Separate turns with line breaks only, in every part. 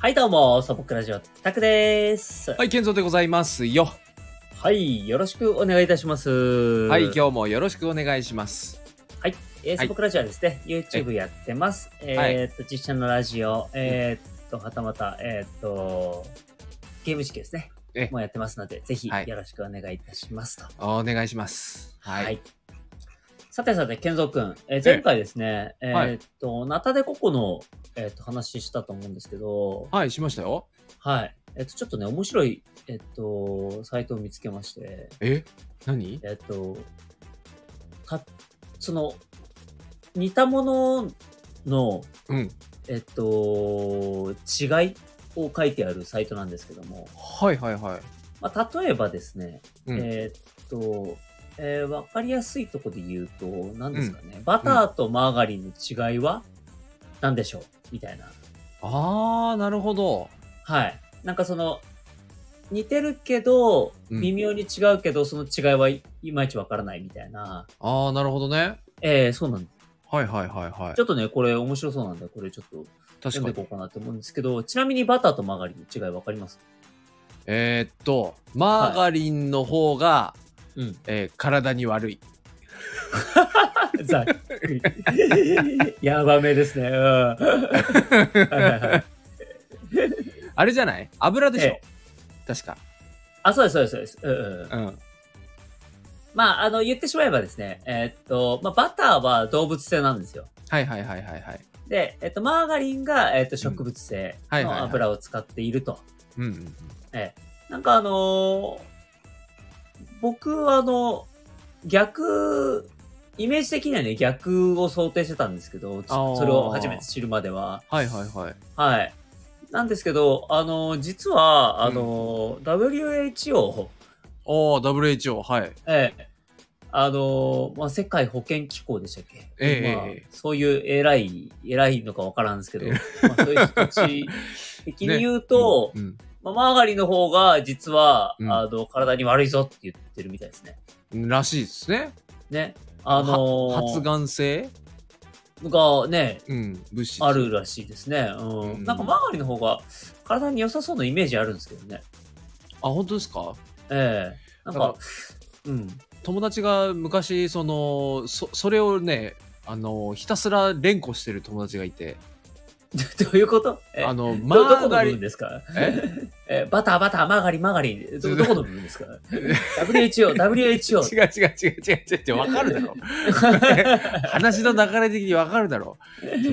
はい、どうも、素朴ラジオ、タクです。
はい、健三でございますよ。
はい、よろしくお願いいたします。
はい、今日もよろしくお願いします。
えー、
はい
素朴ラジオはですね、YouTube やってます。
はい
えーっと、実写のラジオ、えーっと、はたまた、えーっと、ゲーム式ですね
え。
もうやってますので、ぜひ
はい
よろしくお願いいたしますと。
お願いします。はい。
さてさて、健三くん、えー前回ですね、え
は
ー
い
っと、ナタデココの、えーっと、話したと思うんですけど、
はい、しましたよ。
はい。えーっと、ちょっとね、面白い、えーっと、サイトを見つけまして、
え何
えっと、た、その、似たものの、
うん。
えっと、違いを書いてあるサイトなんですけども、
はいはいはい。
まあ、例えばですね、
うん
えっと、えーわかりやすいとこで言うと、何ですかね、バターとマーガリンの違いは何でしょうみたいな。
あー、なるほど。
はい。なんかその、似てるけど、
うん
微妙に違うけど、その違いはいいまいちわからないみたいな。
あー、なるほどね。
えー、そうなんです
はいはいはいは
ちょっとね、これ面白そうなんで、これちょっと
い。確
読んで
か
いこ
に
う。かなと思うんですけど、ちなみにバターとマーガリンの違いわかります
えーっと、マーガリンの方が、
うん。
えー体に悪 い。
ざっくり。 やばめですね。うん。はいはいはい
あれじゃない油でしょ、
え
確か。
あ、そうです、そうです、そうです。うんうん。
うん。
まあ、あの、言ってしまえばですね、えーっと、まあ、バターは動物性なんですよ。
はいはいはいはいはい。
で、えっと、マーガリンが、えっと、植物性
はいはいは
の
い
油を使っていると。
うんうんうん。
なんかあのー僕はあの、逆、イメージ的にはね、逆を想定してたんですけど、つ
あー
それを初めて知るまでは。
はいはいはい。
はい。なんですけど、あのー実は、あのー WHO、
おー、WHO、はい。
ええあのーまあ、世界保健機構でしたっけ、
ええ
まあ
ええ
そういう偉い、偉いのかわからんですけど、まあ、そういう人たち的に言う と、
うんうん
まあ、マーガリンの方が実は、
うん
あの体に悪いぞって言ってるみたいですね。
らしいですね。
ね。あのー
は発がん性、
がね、
うん、物質。
あるらしいですね。うん。
うん
なんかマーガリンの方が体に良さそうなイメージあるんですけどね。
あ、本当ですか
ええなん
なん
か
か、
うん。
友達が昔、その、そ、それをね、あの、ひたすら連呼してる友達がいて、
どういうことえ
あの、マ
どどこの
ー
部
ガリ
分
ン、
ですか
え
えバター、バター、マーガリン、マーガリン。ど、どこの部分ですか ?WHO、
違う
WHO。
違う違う違う違う違う、わかるだ ろ。話の流れ的にわかるだろ。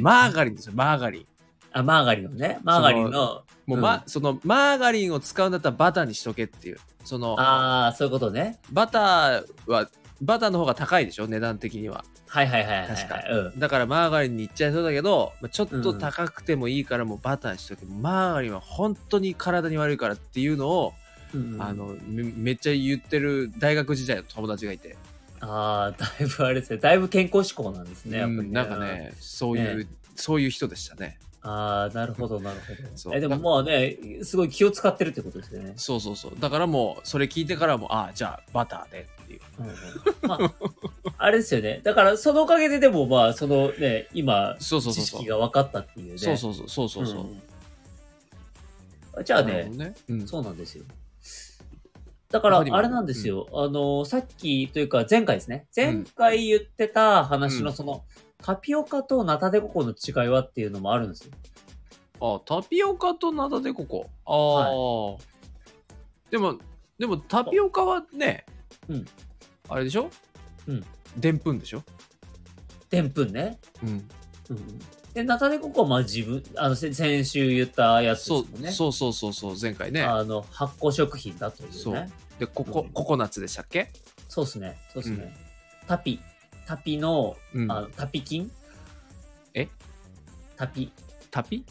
マーガリンですよ、マーガリン。
あ、マーガリンのね。マーガリン
そ
の、
もう、
うん
ま、その、マーガリンを使うんだったらバターにしとけっていう。その、
ああ、そういうことね。
バターは、バターの方が高いでしょ、値段的には。
はいはいはいはい、はい。
確か
うん。
だからマーガリンに行っちゃいそうだけど、まあ、ちょっと高くてもいいからもうバターにしとけ、マーガリンは本当に体に悪いからっていうのを、
うんうん
あのめめっちゃ言ってる大学時代の友達がいて、
ああ、だいぶあれですね。だいぶ健康志向なんですね。やっ
う
ぱり、
んなんか。ねそういう、そういう人でしたね
ああ、なるほど、なるほ
そ
ど。
う
え、でもまあね、すごい気を使ってるってことですよね。
そうそうそうだからもうそれ聞いてからもああじゃあバターでっていう
うんうんまあ、あれですよね。だから、そのおかげででもまあ、そのね、今、
そうそう
知
そうそう
識が分かったっていうね。
そうそうそうそうそうそう
うんじゃあね、
なるほどね、うん、
そうなんですよ。だから、
他にも
あれなんですよ。あの、さっきというか、前回ですね。前回言ってた話の
うん
その、タピオカとナタデココの違いはっていうのもあるんですよ。
あタピオカとナタデココああ、でもでもタピオカはね、
うん
あれでしょ
うん
でんぷんでしょ、
でんぷんね。
うん
うんうん、で、ナタデココはまあ自分、あの、せ先週言ったやつです
そ
も
うん
ね。
そうそうそうそう前回ね
あの、発酵食品だというね。そ
そううでコ
う
コ
ん
ココナッツでしたっけ
ですね。そうです
うん
ね。タピ。タピの、
うん
あのタピ菌
え
タピ。
タピ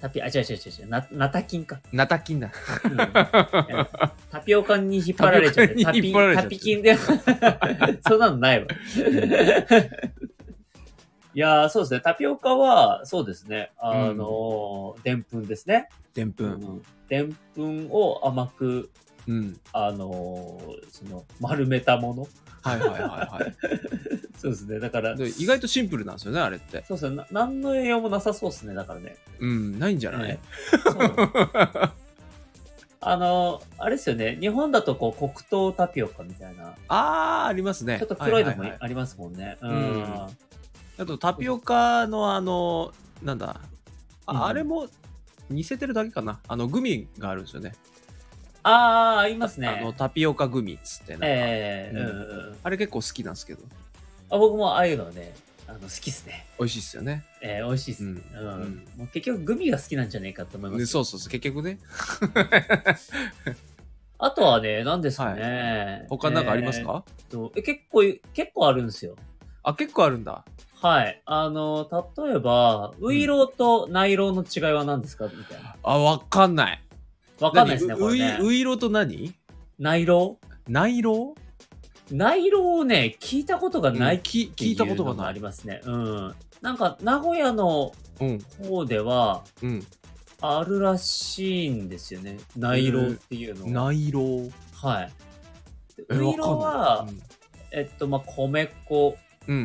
タピ、あ、違う違う違う違う。な、ナタ菌 か。
ナタキンだ
うんタピオカに引っ張られちゃって。タ
タピオカに
ピ、
引っ張られちゃ
タ
って
ピ菌で。 そんなのない わ。いやー、そうですね。タピオカは、そうですね。あのー、でんぷんですね。
でんぷん
でんぷんを甘く、
うん
あのーその丸めたもの
はいはいはいはい
そうですね。だから、
で意外とシンプルなんですよねあれって
そうですね。な何の栄養もなさそうですね。だからね。
うんないんじゃない、
ええそうあの、あれですよね。日本だとこう黒糖タピオカみたいな、
あーありますね
ちょっと黒いの
は
も
はは
ありますもんね。
うん
うん。
あとタピオカのあのなんだあ,、
うん
あれも似せてるだけかなあのグミがあるんですよね
ああ、あります
あの
ね。
タピオカグミっつってなんか、
ええ
うん
うんうんうん
あれ結構好きなんですけど
あ。僕もああいうのね、あの好きっすね。
美味しいっすよね
えー、美味しいっすね。
う
うんん。
うん
もう結局グミが好きなんじゃないかと思いま。
ですそうそうそう結局ね
あとはね、何ですかね。
他なんかあります
えーっ
か、
とえ結構、結構あるんですよ。
あ結構あるんだ
はい。あの、例えば、ウイローとナイローの違いは何ですかみたいな。
あわかんない
わかんないですね、
何
こ
う
れね
う。いウイロと何
ナイロー
内ロ
ナイローをね、聞いたことがないって
き聞
い
いたこと
う
が
のが
な
あ
い
りますね。うん。なんか、名古屋の
うん
方では、
うん
あるらしいんですよね。内ロっていうのが。
内ロ
はい。で
え
ウイロ
わか
は
ん、ない
えっと、まあ、米粉、
うんうんう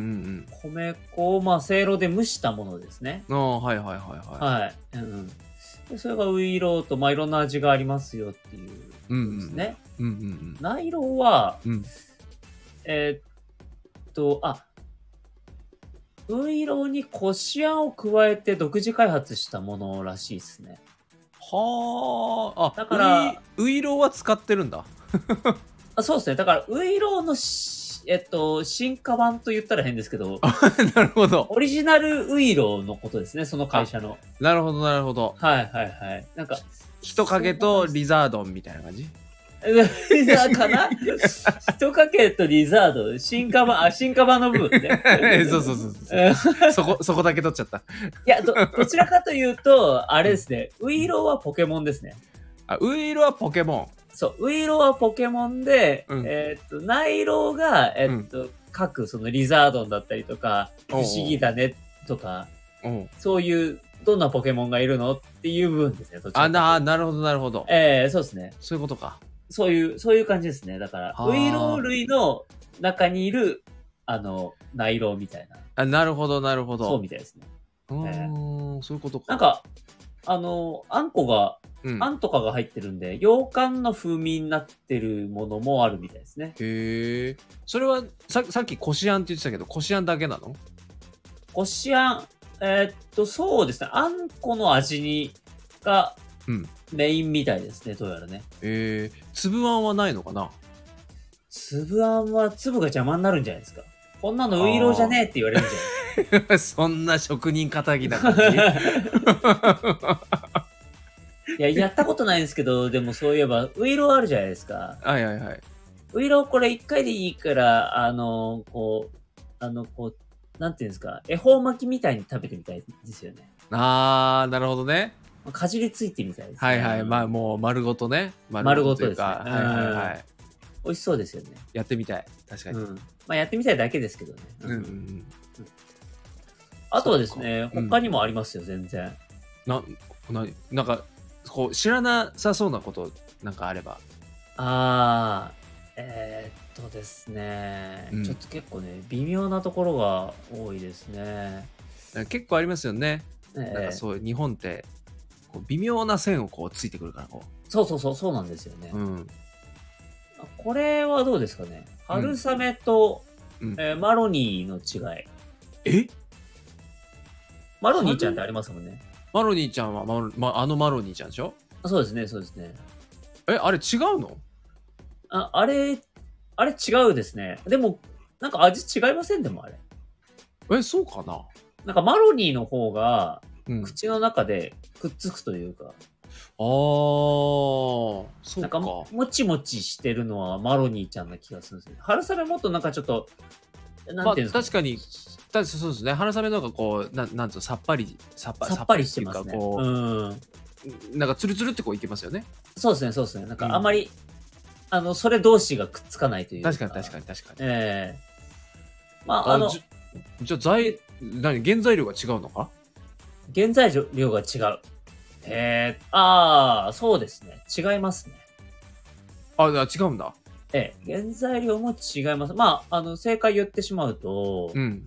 ん
米粉を、まあ、せいろで蒸したものですね。
うんああはいはいはいはい、
はい。うん。でそれがウイローと、まあ、いろんな味がありますよっていうことですね。
うんうん
ナイローは、
うんうん
えーっと、あ、ウイローにこしあんを加えて独自開発したものらしいですね。
はああ
だから
ウイウイロは使ってるんだ
あそうですね。だから、ウイローのし、えっと、進化版と言ったら変ですけど、
なるほど
オリジナルウイローのことですね、その会社の。
なるほどなるほど
はいはいはい。なんか、
人影とリザードンみたい な感じ
リザーかな人かけとリザード、進化版、あ、進化版の部分ね。
そうそうそうそ
う
う
ん
そこそこだけ取っちゃった
いやど、どちらかというと、あれですね、ウイローはポケモンですね。
あウイロはポケモ
そう、ウイローはポケモンで、
うん
えーっと、ナイローが、えーっと、各そのリザードンだったりとか、不
おうおう
思議だねとか、
ンうん
そういう、どんなポケモンがいるのっていう部分ですね、どちら
あ
かというと
ななるほどなるほど
ええそうですね。
そういうことか
そういう、そういう感じですね。だから、
あー
ウイロー類の中にいる、あの、ナイローみたいな、
あなるほどなるほど
そうみたいですね。
うーんそういうことか
なんか、あの、あんこが、
うん
あんとかが入ってるんで、洋館の風味になってるものもあるみたいですね。
へえそれはささっきこしあんって言ってたけどこしあんだけなの
こしあん、えーっと、そうですね。あんこの味に、が
うん、
メインみたいですね、どうやらね。
えー、粒あんはないのかな
粒あんは粒が邪魔になるんじゃないですか。こんなのウイローじゃねえって言われるんじゃないですか。
そんな職人肩気な 感じ
いや、 やったことないんですけど、でもそういえば、ウイローあるじゃないですか。
はいはいはい。
ウイローこれ一回でいいから、あの、こう、あの、こう、なんていうんですか、恵方巻きみたいに食べてみたいですよね。
あー、なるほどね。
まあかじりついてみたいです、ね。
はいはい。まあもう丸ごとね。というか
丸ごとですね
は
う
い
ん
はいはい。
美味しそうですよね。
やってみたい。確か
う
に。
ん。まあ、やってみたいだけですけどね。
うんうんうん。
あとはですね、
そっか
他にもありますよ、全然。
な、な、なんか、こう、知らなさそうなことなんかあれば。
あー、えーっとですね、
うん
ちょっと結構ね、微妙なところが多いですね。
なんか結構ありますよね。なん
え
か
ー、
そう、日本って、こう微妙な線をこうついてくるから、こ
そうそうそう、そうなんですよね。
う。うん。
これはどうですかね春雨と、
うん
えーマロニーの違い。
え
マロニーちゃんってありますもんね。
マロニーちゃんはマロ、ま、あのマロニーちゃんでしょ
あそうですね、そうですね。
え、あれ違うの
あ、あれ、あれ違うですね。でも、なんか味違いませんでもあれ。
え、そうかな
なんかマロニーの方が
うん。
口の中でくっつくというか、
あー、そう
なん
か。
かももちもちしてるのはマロニーちゃんな気がするんですよね。春雨もっとなんかちょっと、なんていうんですか、
まあ、確かに、確かそうですね。春雨の方がこう、なんなんつうのさっぱり、さっぱ
さっぱりしてますね。
さっぱりっていううか
ん。
こう、なんかつるつるってこういけますよね。
そうですね、そうですね。なんかあまり、あの、それ同士がくっつかないという
確かに確か
に。
に確かに。
ええまあ、あの、
じじゃあ材、何、原材料が違うのか
原材料が違う。ええああ、そうですね。違いますね。
あ、あ違うんだ。
ええ、原材料も違います。まあ、あの、正解言ってしまうと、
うん。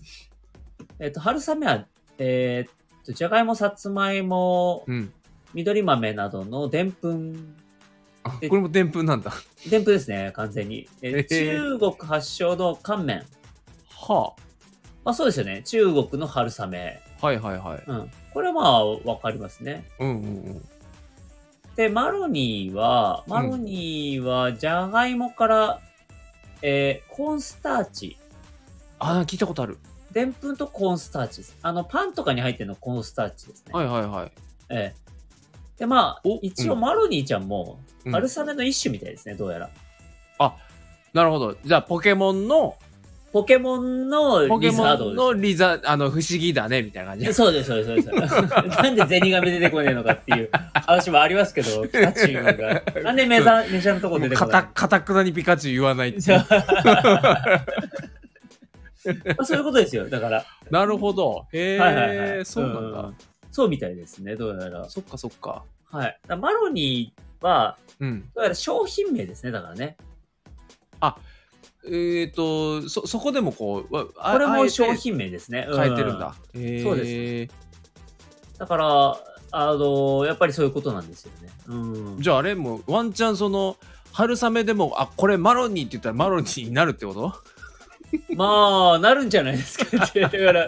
えっと、春雨は、えーっと、じゃがいも、さつまいも、
うん。
緑豆などのでんぷん、
あ、こ
え
れもでんぷんなんだ。
でんぷんですね、完全に。え
へへ
中国発祥の乾麺。
は
まあそうですよね。中国の春雨。
あ。はいはいはい。
うん。これはまあ、わかりますね。
うんうん
で、マロニーは、マロニーは、じゃがいもから、えーコーンスターチ。
ああ、聞いたことある。
でんぷんとコーンスターチです。あの、パンとかに入ってるのコーンスターチですね。
はいはいはい。
ええ。で、まあ
お、
一応
うん
マロニーちゃんも、
うん
春雨の一種みたいですね、どうやら。
なるほど。じゃあ、ポケモンの、
ポケモンの
ポケ
リ
モ
ザー
ン
ド
のリザ、あの、不思議だね、みたいな感じ
です。。そうです、そうです、そう です。なんでゼニガメ出てこねえのかっていう話もありますけ ど、ピカチュウが。なんでメザ、メジャーのとこ出てこ
か
な
た、
いの
かたくなにピカチュウ言わないっていう
そうま あそういうことですよ、だから。
なるほど。へえ、
はいはいはい。
そうなんだ。
んそうみたいですね、どうやら。はい
そっかそっか。。
だからマロニーは、
うん。
どうやら商品名ですね、だからね。
えっ、と、そ、そこでもこう、わあ
これ
あえ
も
て
商品名ですね。う
変えてるんだ。。へえ
そうでだから、あのやっぱりそういうことなんですよね。うん。
じゃああれもうワンチャンその、春雨でも、あ、これマロニーって言ったらマロニーになるってこと
まあ、なるんじゃないですかって。だから、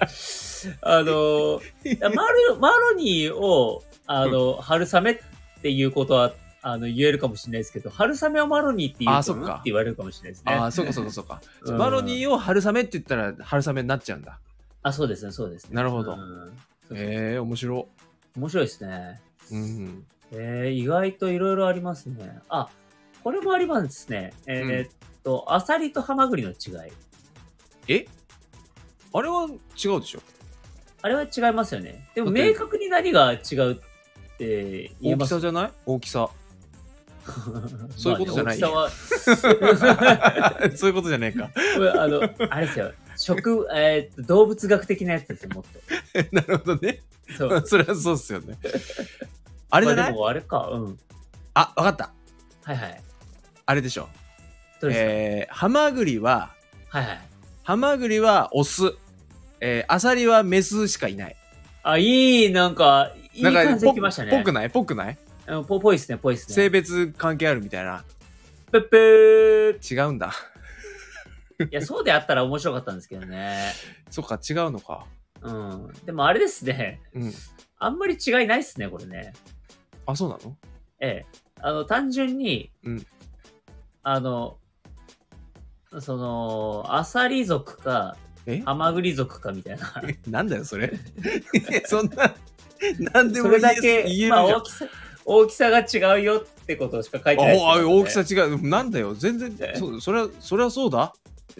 あのいやマロ、マロニーを、あの、春雨っていうことは、あの、言えるかもしれないですけど、春雨をマロニーって言
あ
うと、
そっ
う
か
んって言われるかもしれないですね。
ああ、そうかそうかそうか。
うん
マロニーを春雨って言ったら春雨になっちゃうんだ。
あ、そうですね、そうですね。
なるほど
うんそうそう
へえ、面白。
面白いですね。
うん。
えー、意外といろいろありますね。あ、これもありますね。え
うん
ーえっと、アサリとハマグリの違い。
えあれは違うでしょ
あれは違いますよね。でも
だって
明確に何が違うって言え
大
ま
き
す
さじゃない大き さ。 そういうことじゃない
まあね大きさは
そういうことじゃね えか。
これ、あの、 あれですよ。食、えーっと、動物学的なやつですよ、もっ
なるほどね。
と。そう。
それはそうっすよね。あれじゃ
ま
な
で
い
もあれか、うん。
あ、わかった。
はいはい。
あれでしょ。
どうですか、
えー、ハマグリは、
はいはい。
ハマグリはオス。えー、アサリはメスしかいない。
あ、いい、なんか、いい
なんか
感じで
ぽ
きましたね。
ぽくないぽくない
うんぽぽいっすね、ぽいっす
性
ね。
別関係あるみたいな。
ぺっぺー。
違うんだ。
いや、そうであったら面白かったんですけどね。
そっか、違うのか。
うん。でもあれですね。
うん。
あんまり違いないっすね、これね。
あ、そうなの
ええ、あの単純に、
うん
あのそのアサリ族か
え
ハマグリ族かみたいな
なんだよ、それ。 そんな、なんで
そ
も言え
れだけ
言えるじゃん。
まあ、大きさ大きさが違うよってことしか書いてないです
あ
よね、
おあ大きさ違う。なんだよ。全然
え、
そうそれは、それはそうだ。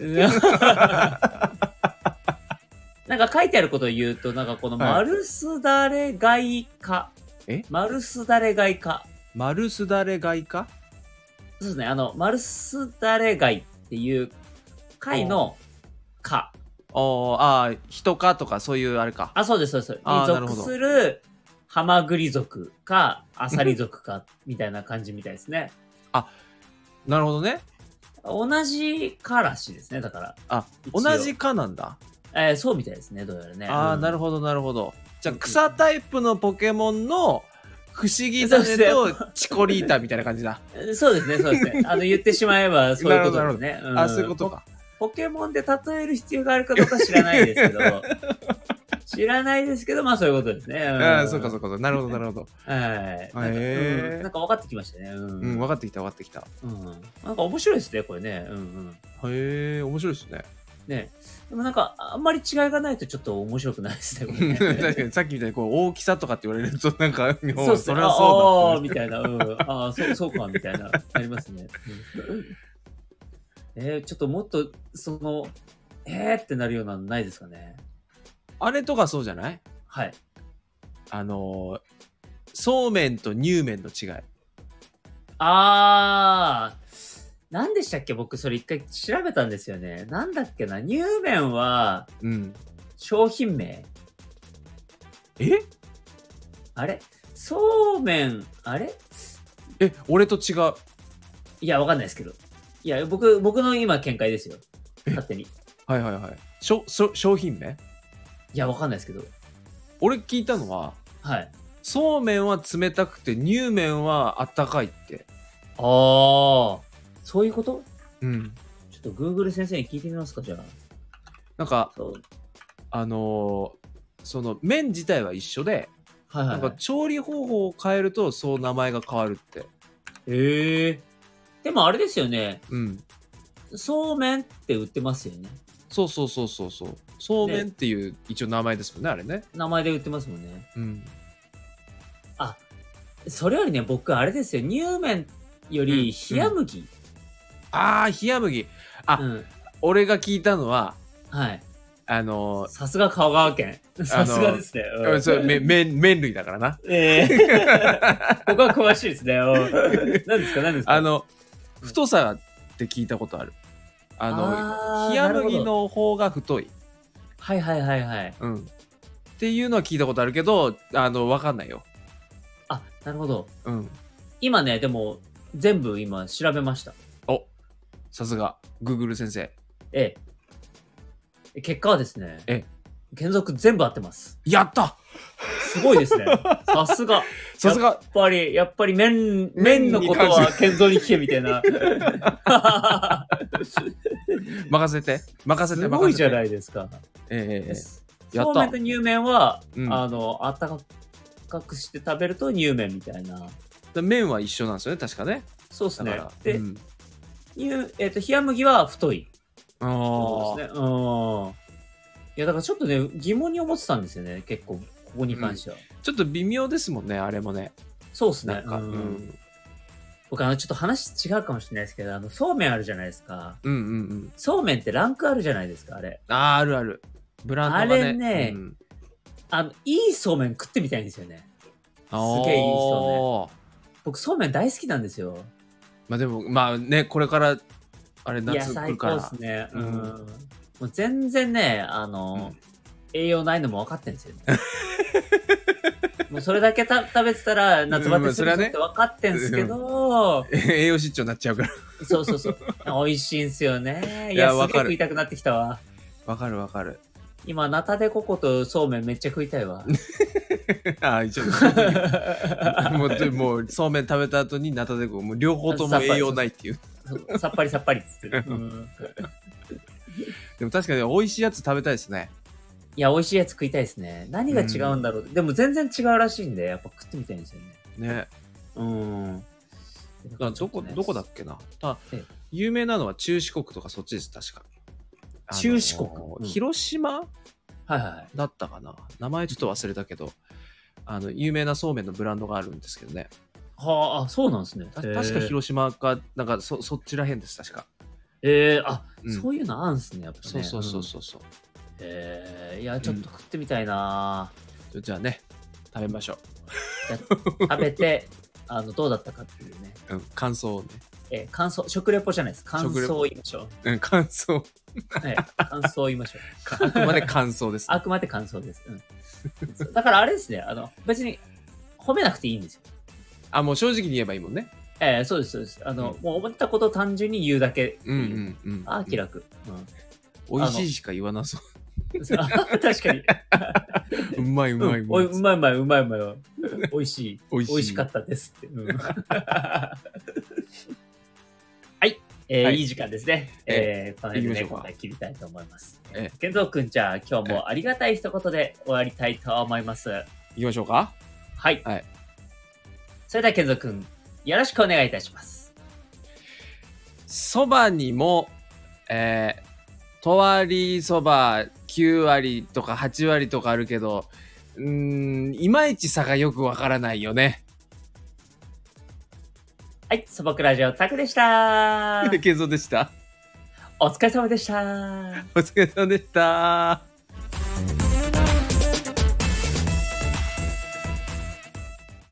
なんか書いてあることを言うとなんかこの
はい
マルスダレガイカ、
え
マルスダレガイカ
マルスダレ外科
そうですねあのマルスダレガイっていう貝の蚊
おああ、人かとかそういうあれか。
あ、そうです、そうです。
あ
に
ーなるほ
属
ど
する、ハマグリ族か、アサリ族か、みたいな感じみたいですね。
なるほどね。
同じカラシですね、だから。
あ、
一応
同じかなんだ。
えーそうみたいですね、どうやらね。
ああ、なる
ほ
ほど、なるほど。じゃあ、
うん
草タイプのポケモンの不思議種
そう
とチコリータみたいな感じだ。
ど。そうですね、そうです ね。あの、言ってしまえば、そういうことですね。ん
あそういうこと。か。
ポポケモンで例える必要があるかどうか知らないですけ ど。知らないですけど、まあそういうことですね。
あ
ん
ーそうか、そうか。なるほど、なるほど。
はい。なんか
へー
うんなんか分かってきましたね。う
うん、
ん。
分かってきた、分かってきた。
うんなんか面白いですね、これね。うんうん。
へえ、面白いですね。
ねでもなんか、あんまり違いがないとちょっと面白くないですね、これね。
確かにさっきみたいにこう大きさとかって言われるとなんか
そうっす
そ
ね。
れ
あ
は
あー、
そうだ
みたいな。うん。ああ、そう、 そうか、みたいな。ありますね。うんえー、ちょっともっと、その、えーってなるようなのないですかね。
あれとかそうじゃない
はい。
あのーそうめんと乳麺の違い
あー、何でしたっけ僕、それ一回調べたんですよね。なんだっけな。乳麺は
うん
商品名。
え
あれそうめん、あれ
え俺と違う
いや、わかんないですけど。いや、僕、僕の今見解ですよ。勝手に。い
はいはいはいしょそ商品名
や、わかんないですけど。
俺聞いたのは
はい。
そうめんは冷たくて乳麺はあったかいって
ああ、そういうこと
うん
ちょっと Google 先生に聞いてみますか、じゃあ。
なんか
そう
あのーその麺自体は一緒で
はいは
ないん
はい
か。調理方法を変えるとそう名前が変わるって
へえ。でもあれですよね。
うん
そうめんって売ってますよね。
そうそうそうそうそうそうめんっていう一応名前ですもんねあれね
名前で売ってますもんね。
うん
あ、それよりね、僕、あれですよ。乳麺より
うん
冷麦。
あー冷麦あ
うん。
俺が聞いたのは
はい。
あのー
さすが香川県。さすがですね。うん
うんそうめ麺麺類だからな
ええ ここは詳しいですね。うん何ですか何ですか
あの太さって聞いたことあるあ
あー
の冷
なる
麦
ほ
の方が太い、
はいはいはいはい。
うん、っていうのは聞いたことあるけどあの分かんないよ、
あ、なるほど。
うん、
今ね、でも、全部今調べました。
おさすが Google 先生
ええ。結果はですね、
え
剣族全部合ってます。
やった
すごい ですね。さすが。やっ
さすが
ぱり、やっぱり麺、麺のこと
麺に
は剣造に聞けみたいな。
任せて任せて
す
任
ごい
せ
じ
て、
ゃないいですか。
ええええや
そ
っ
うめんと
た
乳麺は、
うん
あの、あったかくして食べると乳麺みたいな。
で麺は一緒なんですよね確かね
そうです
だか
ね
ら。、
で、
うん、
乳えっ、と、冷麦は太い。
あ
そう
あ、
ですね。うん。いや、だからちょっとね、疑問に思ってたんですよね、結構、ここに関しては。
ちょっと微妙ですもんねあれもね
そうですね。
なんか
う
うんん、
僕、あの、ちょっと話違うかもしれないですけど、あの、そうめんあるじゃないですか。
うんうんうん
そうめんってランクあるじゃないですか、あれ。
あーあるあるブランドがね
あれね
うん、
あの、いいそうめん食ってみたいんですよね。すげえいい人
ね
僕、そうめん大好きなんですよ。
まあでもまあねこれからあれ
いや、
夏来
最
るか
高ですね。
ら
う。
うんん
もう全然ね、あの、
うん
栄養ないのも分かってんですよね。 もうそれだけた食べてたら夏バテするぞって分かってんですけど、
栄養失調になっちゃうから
そうそう そう。美味しいんすよね。い
い
や、す
や
げえ
わかる
食いたくなってきたわ。
わかるわかる
今、ナタデココとそうめんめっちゃ食いたい わ。
ああ 一応もうでもうそうめん食べた後にナタデコもう両方とも栄養ないっていう
そうさっぱりさっぱりっつって。うん
でも確かに美味しいやつ食べたいですね
いや、美味しいやつ食いたいですね。何が違うんだろう。でも全然違うらしいんで、やっぱ食ってみたいんですよね。
ね
うん。
だからどこどこだっけなあ
ええ
有名なのは中四国とかそっちです確かあのー
中四国うん
広島
はいはいはい。
だったかな名前ちょっと忘れたけどあの有名なそうめんのブランドがあるんですけどね
はああ、そうなんですね。
た
へえ
確か広島か、なんかそそっちらへんです、確か。
ええあ、
うん
そういうのあんすね、やっぱね。
そうそ
う
うそう
ん。
そうそう、
ええいや、ちょっと食ってみたいな、
じゃあね、食べましょ
食べて、 あの、どうだったかっていうね。
う。うん、感想をね。
えー感想、食レポじゃないです。感
食レ
想
ポ
を言いましょう。
うん、感想。
はい、感想を言いましょう。
あくまで感想です、
あくまで感想です。うん。だからあれですね、あの、別に褒めなくていいんですよ。
あ、もう正直に言えばいいもんね。
えーそうです、そうです。あの、
うん
もう思ったことを単純に言うだけ。
うんうんうん。
あー気楽。うん。
美味しいしか言わなそ
確かに。
う。うま いうまいう
お
ま
い
い。
うまいうまいうまいうまいわ。美味しい。
美味しい
美味しかったですって。うん はい、えー、
はいい
い時間ですね。え
え
ー、この辺でね、
行きましょうか
今回切りたいと思います。
え
健三くん、じゃあ今日
ええ
もありがたい一言で終わりたいと思います。
行きましょうか。
はい。
はい
それでは健三くん、よろしくお願いいたします。
そばにも、えー、とわりそば9割とか8割とかあるけど、うーん、いまいち差がよくわからないよね。
はい、素朴ラジオタクでした。
ケンゾーでした。
お疲れ様でした。
お疲れ様でした。